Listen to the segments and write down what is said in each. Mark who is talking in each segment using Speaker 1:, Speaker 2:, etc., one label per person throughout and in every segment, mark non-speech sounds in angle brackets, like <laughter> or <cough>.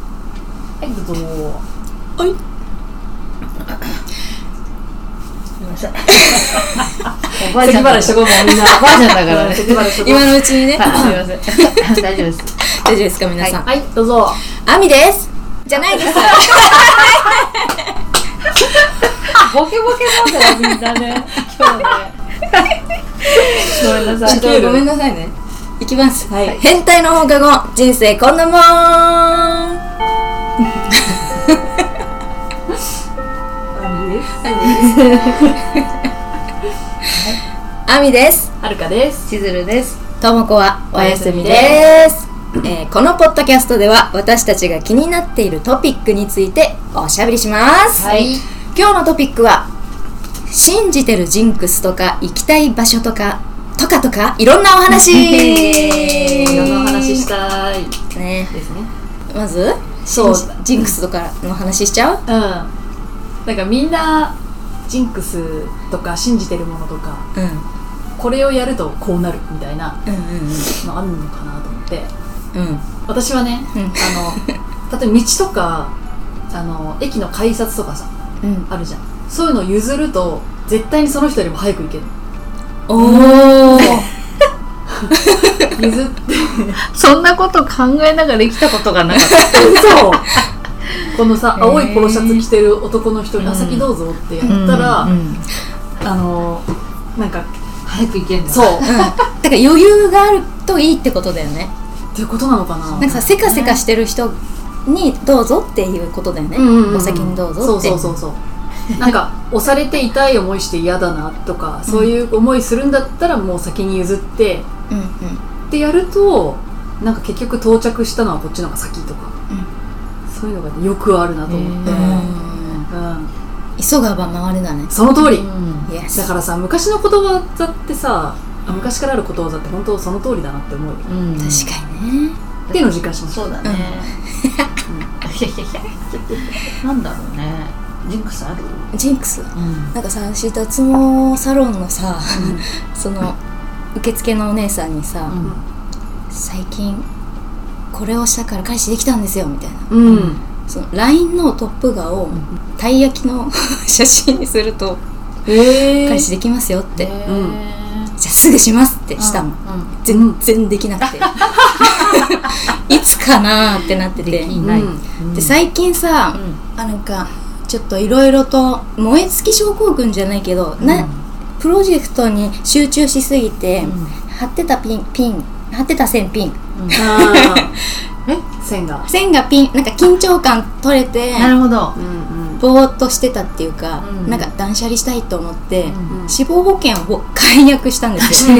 Speaker 1: はい、どうぞ。
Speaker 2: はい
Speaker 1: <laughs> すみません。おばあちゃん
Speaker 2: 咳
Speaker 1: だ
Speaker 2: 払いしとこうもうみ
Speaker 1: <laughs>
Speaker 2: んな。
Speaker 1: おばあちゃんだからね。
Speaker 2: 咳払いしとこう
Speaker 1: は <laughs>
Speaker 2: 今のうちにね。
Speaker 1: い、すみませ <laughs> ん。大丈夫です。
Speaker 2: 大丈夫ですか皆
Speaker 1: はい、
Speaker 2: さん。
Speaker 1: はい、どうぞ。
Speaker 2: あみです。じゃないです。
Speaker 1: ボケボケなんだよ、みんなね。今日ね。ごめんなさい。
Speaker 2: ちょっとごめん
Speaker 1: な
Speaker 2: なさいね。いきます。はい変態の放課後、人生こんなもん。は
Speaker 1: さ
Speaker 2: いあみです。
Speaker 1: い。はるかです。しずるです。
Speaker 2: ともこはおやすみです。えーこのポッドキャストでは私たちが気になっているトピックについておしゃべりします。
Speaker 1: はい。
Speaker 2: 今日のトピックは信じてるジンクスとか行きたい場所とかとかとかいろんなお
Speaker 1: <laughs>
Speaker 2: 話
Speaker 1: いろんなお話したたい
Speaker 2: ね
Speaker 1: ですね。
Speaker 2: まず
Speaker 1: そう
Speaker 2: 信じジンクスとかの話しちゃう
Speaker 1: うん。なんかみんな、ジンクスとか信じてるものとか、
Speaker 2: うんうん
Speaker 1: これをやるとこうなるみたいな
Speaker 2: う
Speaker 1: のあるのかなと思って。
Speaker 2: んうん
Speaker 1: 私はね、
Speaker 2: うん
Speaker 3: <laughs>
Speaker 1: あの例えば道とかあの駅の改札とかさ
Speaker 2: うんうん
Speaker 1: あるじゃんそういうの譲ると絶対にその人よりも早く行ける
Speaker 2: おお <laughs>
Speaker 1: 譲って
Speaker 3: そんなこと考えながら生きたことがなかった。 <laughs>
Speaker 1: そうこのさ
Speaker 2: へー
Speaker 1: 青いポロシャツ着てる男の人に「
Speaker 3: うん
Speaker 1: あ先どうぞ」ってやったら、
Speaker 3: うんうん
Speaker 1: あのなんか
Speaker 3: 早く行けんだ。
Speaker 1: そう
Speaker 2: だから余裕があるといいってことだよね
Speaker 1: っていうことなのかな
Speaker 2: なんかさせかせかしてる人にどうぞっていうことだよね、
Speaker 1: うんうんうん
Speaker 2: お先にどうぞって
Speaker 1: そうそうそうそうなんか押されて痛い思いして嫌だなとかそういう思いするんだったらもう先に譲って
Speaker 2: うんうん
Speaker 1: ってやるとなんか結局到着したのはこっちの方が先とか、そういうのがよくあるなと思って、
Speaker 3: へ
Speaker 2: うん
Speaker 1: うん、
Speaker 2: 急がば回れだね
Speaker 1: その通り、
Speaker 3: うん
Speaker 2: イエス
Speaker 1: だからさ昔の言葉だってさあ昔からあることわざって本当その通りだなって思うよね
Speaker 3: うん
Speaker 2: 確かにね
Speaker 1: っていうのを実感しました
Speaker 3: そうだね。いやいやいや。なんだろうね。ジンクスある。
Speaker 2: ジンクス
Speaker 3: うん。
Speaker 2: なんかさ私脱毛サロンのさ、
Speaker 1: うん
Speaker 2: その受付のお姉さんにさ、最近これをしたから彼氏できたんですよみたいな
Speaker 1: うん、
Speaker 2: その LINE のトップ画を
Speaker 1: ん
Speaker 2: たい焼きの <laughs> 写真にすると
Speaker 1: へえ
Speaker 2: 彼氏できますよって、じゃ
Speaker 1: うん
Speaker 2: あすぐしますってしたもん、
Speaker 3: ん。
Speaker 2: 全然できな
Speaker 1: <laughs>
Speaker 2: くていつかなーってなってて
Speaker 3: でき
Speaker 1: うん
Speaker 3: ない。
Speaker 2: で最近さ、あなんかちょっといろいろと燃え尽き症候群じゃないけど、なプロジェクトに集中しすぎて、張ってたピンピン張ってた線ピン
Speaker 1: あーえ線が
Speaker 2: 線がピンなんか緊張感取れて
Speaker 3: なるほど
Speaker 1: う。ん
Speaker 2: ぼーっとしてたっていうか、
Speaker 3: うん
Speaker 2: なんか断捨離したいと思って、
Speaker 1: うん
Speaker 2: 死亡保険を解約したんですよ。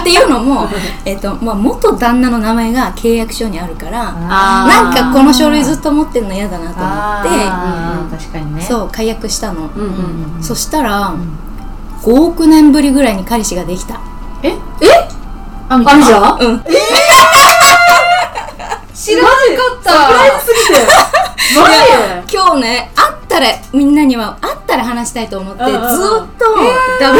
Speaker 2: っていうの
Speaker 3: <laughs>
Speaker 2: も、えっとまあ、元旦那の名前が契約書にあるから
Speaker 1: あー
Speaker 2: なんかこの書類ずっと持ってるの嫌だなと思っ
Speaker 3: あー確かにね。
Speaker 2: てそう解約したの、
Speaker 1: うんうんうんうん
Speaker 3: ん
Speaker 2: そしたら、
Speaker 3: ん
Speaker 2: 5億年ぶりぐらいに彼氏ができた
Speaker 3: あみ
Speaker 1: あるじ
Speaker 3: ん。
Speaker 1: ゃん
Speaker 2: うん
Speaker 3: 知らなかった。
Speaker 1: マジ
Speaker 2: 今日ね会ったらみんなには会ったら話したいと思ってず
Speaker 1: う
Speaker 2: ー
Speaker 1: ん
Speaker 2: っ
Speaker 1: うんうん
Speaker 2: とダブってたの、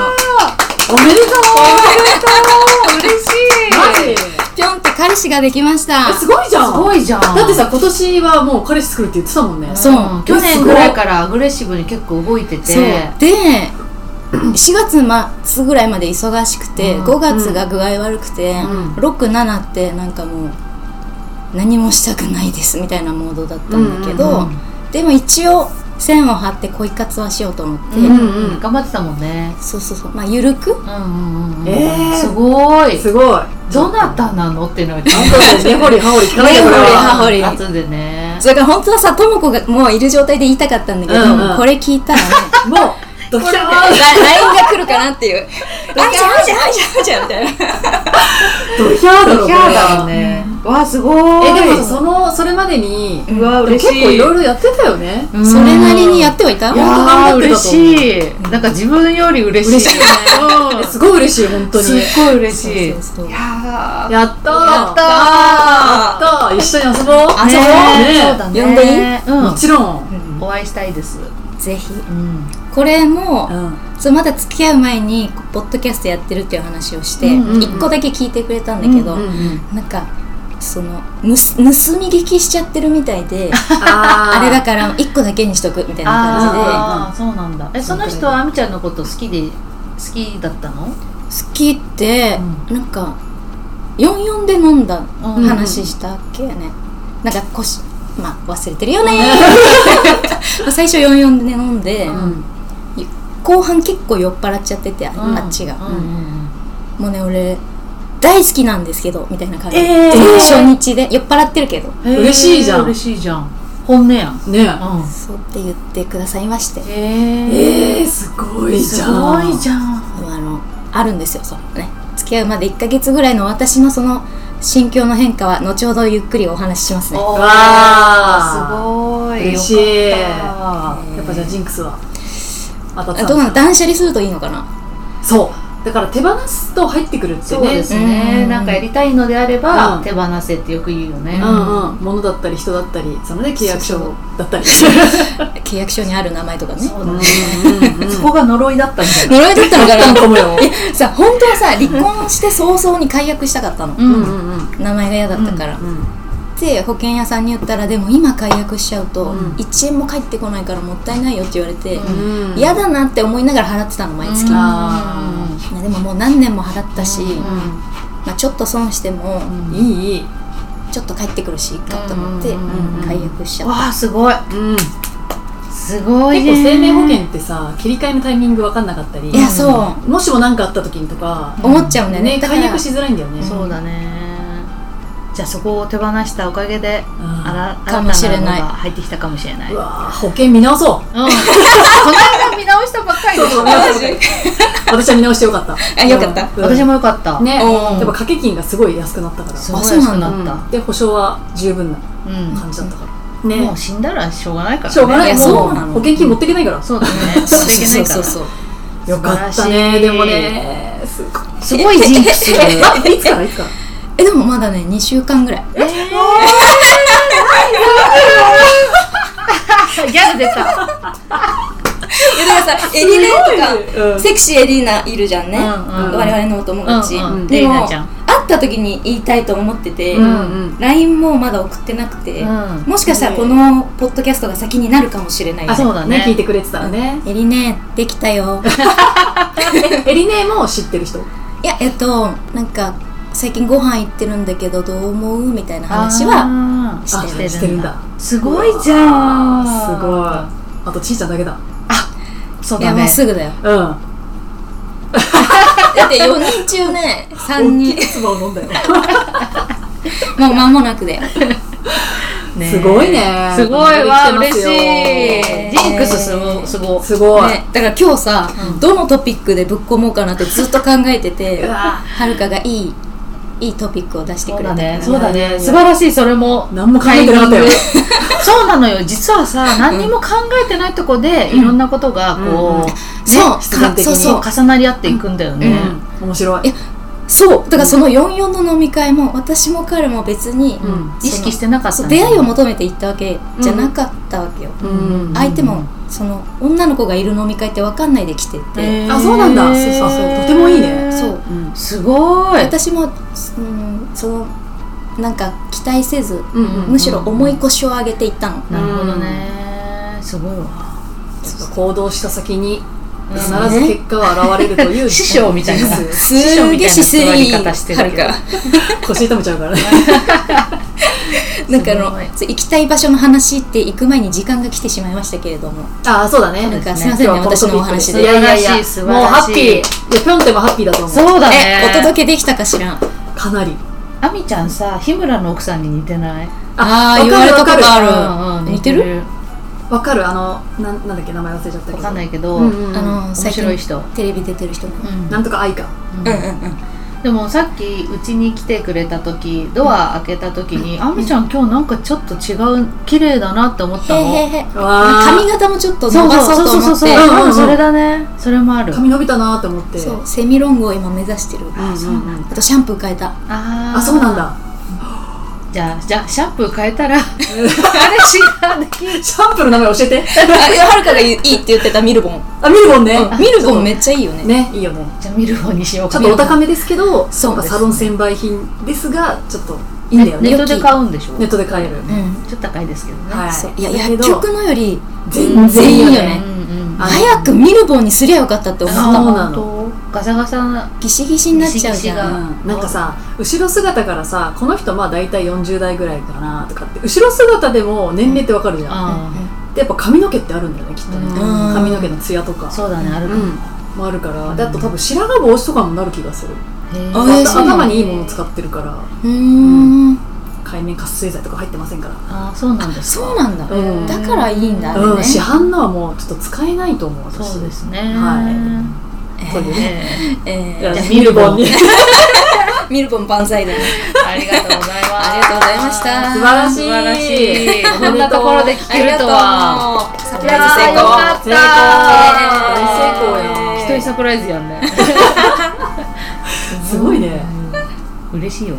Speaker 1: おめでとう
Speaker 3: 嬉しい。
Speaker 1: マジ
Speaker 2: ぴょんって彼氏ができました
Speaker 1: すごいじゃん
Speaker 3: すごいじゃん。
Speaker 1: だってさ今年はもう彼氏作るって言ってたもんね
Speaker 2: そ
Speaker 3: そう去
Speaker 1: す
Speaker 3: 年
Speaker 1: ごい
Speaker 3: ぐらいからアグレッシブに結構動いてて
Speaker 2: そうで4月末ぐらいまで忙しくて、
Speaker 3: うん
Speaker 2: 5月が具合悪くて、
Speaker 3: うん
Speaker 2: 67ってなんかもう何もしたくないですみたいなモードだったんだけど、
Speaker 3: うんうん
Speaker 2: でも一応線を張って恋活はしようと思って、
Speaker 1: うんうん
Speaker 3: 頑張ってたもんね
Speaker 2: そうそうそうまあ緩く
Speaker 3: うんうんうん
Speaker 1: えー
Speaker 3: すごい
Speaker 1: すごい
Speaker 3: どなたなのっていうのがちょ <laughs> っ
Speaker 1: 根掘り葉掘り聞かなきゃ
Speaker 2: 根掘り
Speaker 1: こ
Speaker 2: 葉掘り
Speaker 3: と後でね
Speaker 2: それから本当はさとも子がもういる状態で言いたかったんだけど、
Speaker 1: うんうん
Speaker 2: これ聞いたら <laughs> ね
Speaker 1: れはもうドキャ
Speaker 2: ラ
Speaker 1: ー
Speaker 2: LINE が来るかなっていう「 <laughs> あいじゃんあいじゃんあいじゃんあいじゃん」みたいな
Speaker 1: ドキャーだろ
Speaker 3: ドキャーだよねわあすご
Speaker 1: こ
Speaker 3: い
Speaker 1: れはえでもそのそれまでに
Speaker 2: うん
Speaker 3: わ
Speaker 1: でも
Speaker 3: 嬉
Speaker 1: 結
Speaker 3: しい
Speaker 1: 構いろいろやってたよね
Speaker 3: う
Speaker 2: <laughs>
Speaker 3: ん
Speaker 2: それなりにやってはいた
Speaker 3: いや
Speaker 1: 本当頑張
Speaker 3: ー
Speaker 1: ってた
Speaker 3: 嬉
Speaker 1: と思う
Speaker 3: しいなんか自分より嬉し
Speaker 1: 嬉
Speaker 3: い
Speaker 1: しいよね <laughs>
Speaker 3: うん
Speaker 1: すごい嬉しい本当に
Speaker 3: すっごい嬉しい
Speaker 2: そうそうそう
Speaker 3: やー
Speaker 1: やったー
Speaker 3: やったー
Speaker 1: やったー一緒に遊ぼう
Speaker 2: あそう
Speaker 1: ね
Speaker 3: そうだね
Speaker 2: 呼んでいい
Speaker 1: もちろん
Speaker 3: うんお会いしたいです
Speaker 2: ぜひ
Speaker 3: うん
Speaker 2: これも、
Speaker 1: うん
Speaker 2: そうまだ付き合う前にポッドキャストやってるっていう話をして、
Speaker 3: うんうんうん
Speaker 2: 一個だけ聞いてくれたんだけど、
Speaker 1: うんうん
Speaker 2: なんかそのむす盗み聞きしちゃってるみたいで
Speaker 1: あ
Speaker 2: あれだ
Speaker 1: け
Speaker 2: から1個だけにしとくみたいな感
Speaker 3: ああそうなんだえその人はあみちゃんのこと好きで好きだったの
Speaker 2: じで好きって、なんか44で飲んだ
Speaker 3: うん
Speaker 2: 話したっけね、なんかこしまあ忘れてるよねまあ <laughs> 最初44で飲んで、
Speaker 1: うん
Speaker 2: 後半結構酔っ払っちゃっててあ,、あっちが、
Speaker 3: うんうん
Speaker 2: もうね俺大好きなんですけどみたいな感じ、
Speaker 3: えー
Speaker 2: 初日で酔っ払ってるけど
Speaker 3: うん
Speaker 1: 嬉しいじゃん
Speaker 3: へー嬉しいじゃん本音やん
Speaker 1: ね
Speaker 3: う
Speaker 2: そうって言ってくださいまして
Speaker 3: んへえ
Speaker 1: ええー、すごいじ
Speaker 3: す
Speaker 1: ゃ
Speaker 3: ご
Speaker 1: ん
Speaker 3: いじゃん
Speaker 2: あのあるんですよそのね付き合うまで1ヶ月ぐらいの私のその心境の変化は後ほどゆっくりお話ししますね
Speaker 3: わ
Speaker 1: わ
Speaker 3: すごい
Speaker 1: 嬉しい
Speaker 3: よかっ
Speaker 1: やっぱじゃあジンクスは当たって
Speaker 2: あ
Speaker 1: た
Speaker 2: どうなの
Speaker 1: だ
Speaker 2: 断捨離するといいのかな
Speaker 1: そうだから手放すと入ってくるってね
Speaker 3: たそうです
Speaker 2: う
Speaker 3: ね
Speaker 2: ん
Speaker 3: なんかやりたいのであれ
Speaker 1: う
Speaker 3: ば
Speaker 1: ん
Speaker 3: 手放せってよく言うよね
Speaker 1: うんうん、物だったり人だったりそのね契約書だったり
Speaker 2: 契約書にある名前とかね <laughs>
Speaker 3: そうだね
Speaker 1: <laughs> うんうん
Speaker 3: そこが呪いだったんじゃない
Speaker 2: 呪いだったのか
Speaker 1: なん
Speaker 2: な
Speaker 1: かもよ
Speaker 2: さ本当はさ離婚して早々に解約したかったの
Speaker 3: う
Speaker 1: うんんうんうん
Speaker 2: 名前が嫌だったから、
Speaker 1: うん
Speaker 2: で保険屋さんに言ったらでも今解約しちゃうと
Speaker 1: うん
Speaker 2: 1円も返ってこないからもったいないよって言われて
Speaker 3: う
Speaker 1: うん
Speaker 2: 嫌、だなって思いながら払ってたの毎月、
Speaker 3: うん
Speaker 2: ま
Speaker 1: あ
Speaker 2: あでももう何年も払ったし、
Speaker 3: うん
Speaker 2: まあ、ちょっと損しても
Speaker 1: ー
Speaker 3: う
Speaker 1: いいいい
Speaker 2: ちょっと帰ってくるしいいかと思って
Speaker 3: うんうん
Speaker 1: うん
Speaker 2: 解約しちゃ
Speaker 3: ん
Speaker 2: った
Speaker 3: わあすごい
Speaker 1: うん
Speaker 3: すごい
Speaker 1: 結構
Speaker 3: ね
Speaker 1: 生命保険ってさ切り替えのタイミング分かんなかったり
Speaker 2: いやそ
Speaker 1: もしも何かあった時にとか
Speaker 2: う思っちゃうんだよね
Speaker 1: ね
Speaker 2: だから
Speaker 1: 解約しづらいんだよね
Speaker 3: そうだねじゃあそこを手放したおかげであ
Speaker 1: あ
Speaker 3: ら
Speaker 2: か
Speaker 3: 新
Speaker 2: もしれ
Speaker 3: たな
Speaker 2: ない
Speaker 3: のが入ってきたかもしれな
Speaker 1: ら
Speaker 3: い
Speaker 1: うわー保険見直そう
Speaker 3: うん、この間見直したばっかりでしょ
Speaker 1: 見直そう私は見直してよかった
Speaker 2: あよかった
Speaker 1: うん
Speaker 3: 私もよかった、
Speaker 1: ね
Speaker 2: うん
Speaker 1: やっぱ掛け金がすごい安くなったから
Speaker 3: すごい
Speaker 2: あそう
Speaker 3: 安
Speaker 2: な
Speaker 3: く
Speaker 2: んだ
Speaker 3: なっ
Speaker 1: う
Speaker 3: た
Speaker 1: んで保証は十分な
Speaker 3: うん、
Speaker 1: 感じだったから
Speaker 3: も
Speaker 1: ね
Speaker 3: う死んだらしょうがないからね
Speaker 1: しょうがない
Speaker 2: い
Speaker 1: も
Speaker 2: や
Speaker 1: う
Speaker 2: そうなの
Speaker 1: 保険金持っていけないから
Speaker 3: そうだね持っていけないか
Speaker 2: そうそうそう
Speaker 3: ら
Speaker 2: そう
Speaker 1: よかった
Speaker 3: 素晴らし
Speaker 1: ね
Speaker 3: い
Speaker 1: でもねすごい
Speaker 3: すごいジンクス
Speaker 1: あいつからいつから
Speaker 2: えでもまだね2週間ぐらい
Speaker 3: えー <laughs> ギャグ出た、
Speaker 2: いやだ <laughs> からさエリナとかセクシーエリーナいるじゃんね、
Speaker 3: うんうん
Speaker 2: 我々のお友達、
Speaker 3: うんうん
Speaker 2: で
Speaker 3: エリーナ
Speaker 2: も
Speaker 3: ちゃん
Speaker 2: 会った時に言いたいと思ってて、
Speaker 1: うん
Speaker 2: LINE もまだ送ってなくて、
Speaker 3: うん
Speaker 2: もしかしたらこのポッドキャストが先になるかもしれない
Speaker 3: あそうだね
Speaker 1: 聞いてくれてたらね
Speaker 2: エリネできたよ
Speaker 1: えエリネも知ってる人
Speaker 2: いやえっとなんか最近ご飯行ってるんだけどどう思うみたいな話は
Speaker 3: は
Speaker 2: してる
Speaker 1: あしてるんだ
Speaker 3: すごいじゃん
Speaker 1: すごいあとちいちゃんだけだ
Speaker 3: そう
Speaker 2: い
Speaker 3: だ
Speaker 2: やも
Speaker 3: ね
Speaker 2: うすぐだよ
Speaker 1: うん
Speaker 2: だって4人中
Speaker 3: <laughs>
Speaker 2: ね3
Speaker 1: 大き
Speaker 2: 人
Speaker 1: いつばを飲んだよ
Speaker 2: もう間もなくで
Speaker 3: ね
Speaker 1: すごいね
Speaker 3: すごいわ
Speaker 1: できてま
Speaker 3: 嬉
Speaker 1: す
Speaker 3: し
Speaker 1: よ
Speaker 3: いジンクスすごすご
Speaker 1: すごい
Speaker 2: ね、だから今日さ、どのトピックでぶっ込もうかなってずっと考えてて
Speaker 1: うわ
Speaker 2: はるかがいいいいトピックを出してく
Speaker 3: そう
Speaker 2: れた
Speaker 3: だ
Speaker 2: から
Speaker 3: ねそう
Speaker 1: い
Speaker 3: だ
Speaker 1: やい
Speaker 3: ね
Speaker 1: やいや
Speaker 3: 素晴らしいそれも
Speaker 1: 何も考えてなかったよ
Speaker 3: タイミングそうなのよ実はさ何にも考えてないとこでいろんなことが
Speaker 1: うんうん
Speaker 3: こうね
Speaker 2: そう
Speaker 1: 必然的に
Speaker 2: そうそう
Speaker 3: 重なり合っていくんだよ
Speaker 1: う
Speaker 3: ね
Speaker 1: ん面白い
Speaker 2: えそうだからその44の飲み会も私も彼も別に、
Speaker 1: うん
Speaker 3: 意識してなかった
Speaker 2: そ
Speaker 3: ん
Speaker 2: う
Speaker 3: だ
Speaker 2: 出
Speaker 3: よ
Speaker 2: 会いを求めて行ったわけじゃなかったわけよ、
Speaker 1: うん
Speaker 2: 相手もその女の子がいる飲み会って分かんないで来てて、
Speaker 1: あそうなんだそうそうそうとてもいいね
Speaker 2: そう
Speaker 1: うん
Speaker 3: すごい
Speaker 2: 私も、うん、そのなんか期待せず、
Speaker 1: うんうん
Speaker 2: むしろ重い腰を上げていったの、
Speaker 3: なるほどねすごいわ
Speaker 1: ちょっと行動した先に
Speaker 3: うん
Speaker 1: 必ず結果は現れるという
Speaker 3: 師匠みたいな
Speaker 1: 人生
Speaker 2: すーげえ姿勢いい
Speaker 3: 師匠みたいな座り方してるけど
Speaker 2: <laughs> は
Speaker 1: 腰痛めちゃうからね
Speaker 2: るかなんかあの
Speaker 3: す
Speaker 2: 行きたい場所の話って行く前に時間が来てしまいましたけれども
Speaker 1: ああそうだね
Speaker 2: なんかすい
Speaker 1: 今日
Speaker 2: ませんね
Speaker 1: はこの
Speaker 2: 私
Speaker 1: トピ
Speaker 2: のお
Speaker 1: ックで
Speaker 2: 話で
Speaker 1: いやいやいや
Speaker 3: 素晴らしい素晴らしい
Speaker 1: もうハッピーいやぴょんてもハッピーだと思う
Speaker 3: そうだね
Speaker 2: えお届けできたかしら
Speaker 1: かなり
Speaker 3: あみちゃんさ日村の奥さんに似てない
Speaker 2: ああ
Speaker 1: わ
Speaker 2: ー言
Speaker 1: か
Speaker 2: わ
Speaker 1: る
Speaker 2: れたことある
Speaker 3: うんうん
Speaker 2: 似てる
Speaker 1: わかるあのなんなんだっけ名前忘れちゃったけど
Speaker 3: わかんないいけど、
Speaker 1: うんうんうん
Speaker 2: あの
Speaker 3: 面白い人、
Speaker 2: テレビ出てる人も
Speaker 1: なんとか愛か
Speaker 3: うん
Speaker 2: うんうんうん
Speaker 3: でもさっきうちに来てくれた時ドア開けた時に「あみちゃん今日なんかちょっと違う綺麗だな」って思った
Speaker 2: へ
Speaker 3: の
Speaker 2: ーへーへー
Speaker 1: わ
Speaker 2: 髪型もちょっと
Speaker 3: そ
Speaker 2: 伸
Speaker 3: う
Speaker 2: ば
Speaker 3: そ
Speaker 2: そうう
Speaker 3: そう
Speaker 2: と思
Speaker 3: そう
Speaker 2: っ
Speaker 3: そう
Speaker 2: て
Speaker 1: うんうんうん
Speaker 3: それだねそれもある
Speaker 1: 髪伸びたなーって思って
Speaker 2: そうセミロングを今目指してる
Speaker 1: うんうんうん
Speaker 2: あとシャンプー変えた
Speaker 3: あー
Speaker 1: あそうなんだ
Speaker 3: じゃあじゃあシャンプー変えたら <laughs> 彼氏ができる
Speaker 1: シャンプーの名前教えて
Speaker 2: あはるかがいいって言ってたミルボン
Speaker 1: あミルボンね
Speaker 2: ミルボンめっちゃいいよね
Speaker 1: ねいいよね
Speaker 3: じゃあ見る方にしよう
Speaker 1: ちょ
Speaker 3: か
Speaker 1: っとお高めですけど
Speaker 2: そう
Speaker 1: やっぱサロン専売品ですがちょっといいんだよ
Speaker 3: ネ
Speaker 1: ね
Speaker 3: ットで買うんでしょ
Speaker 1: ネットで買える
Speaker 2: うん
Speaker 3: ちょっと高いですけどね、
Speaker 1: はい
Speaker 2: そういや
Speaker 1: だけ
Speaker 2: 薬
Speaker 1: ど
Speaker 2: 局のより
Speaker 1: 全然いいよね
Speaker 3: うんうん
Speaker 1: あ
Speaker 2: 早くミルボーにすりゃよかったって思っ
Speaker 1: そう
Speaker 2: たもん
Speaker 1: なの
Speaker 3: のガサガサな
Speaker 2: ギシギシになっちゃうじゃん
Speaker 3: ギシギシが
Speaker 1: うんなんかさ後ろ姿からさこの人まあ大体40代ぐらいかなとかって後ろ姿でも年齢ってわかるじゃん
Speaker 3: あ
Speaker 1: でやっぱ髪の毛ってあるんだよねきっとね
Speaker 2: うん
Speaker 1: 髪の毛のツヤとか
Speaker 3: あそうだねあるか
Speaker 1: うんもあるからであと多分白髪帽子とかもなる気がする
Speaker 2: あ
Speaker 3: も
Speaker 2: えー
Speaker 1: あ
Speaker 2: そ
Speaker 1: と
Speaker 2: うなの
Speaker 1: 頭にいいもの
Speaker 3: う
Speaker 1: 使ってるから
Speaker 2: うんうん
Speaker 1: 海面活性剤とか入ってませんから
Speaker 3: ああそうなんですか
Speaker 2: そうなんだ
Speaker 1: う
Speaker 3: うん
Speaker 1: ん
Speaker 2: だからいいんだあれ
Speaker 1: うん
Speaker 2: ね
Speaker 1: 市販のはもうちょっと使えないと思う私
Speaker 3: そうですね
Speaker 1: はこれね
Speaker 3: ね
Speaker 2: え
Speaker 1: じゃ
Speaker 2: ー
Speaker 1: あ
Speaker 3: じゃあ
Speaker 1: ミルボンに素
Speaker 3: <laughs>
Speaker 2: ミルボン万歳だね
Speaker 3: ありがとうございます
Speaker 2: ありがとうございました
Speaker 1: 晴らしい
Speaker 3: 素晴らしい
Speaker 1: おめで
Speaker 3: こんなところで
Speaker 2: あ
Speaker 3: 聞
Speaker 2: り
Speaker 3: け
Speaker 2: がと
Speaker 3: る
Speaker 2: う
Speaker 3: とは
Speaker 2: サプラ
Speaker 1: い
Speaker 2: イズ成
Speaker 1: やーよか
Speaker 2: 功
Speaker 1: っ大成功
Speaker 2: えー
Speaker 1: や
Speaker 3: 一人サプライズやんね
Speaker 1: すごいね
Speaker 3: 嬉しいわ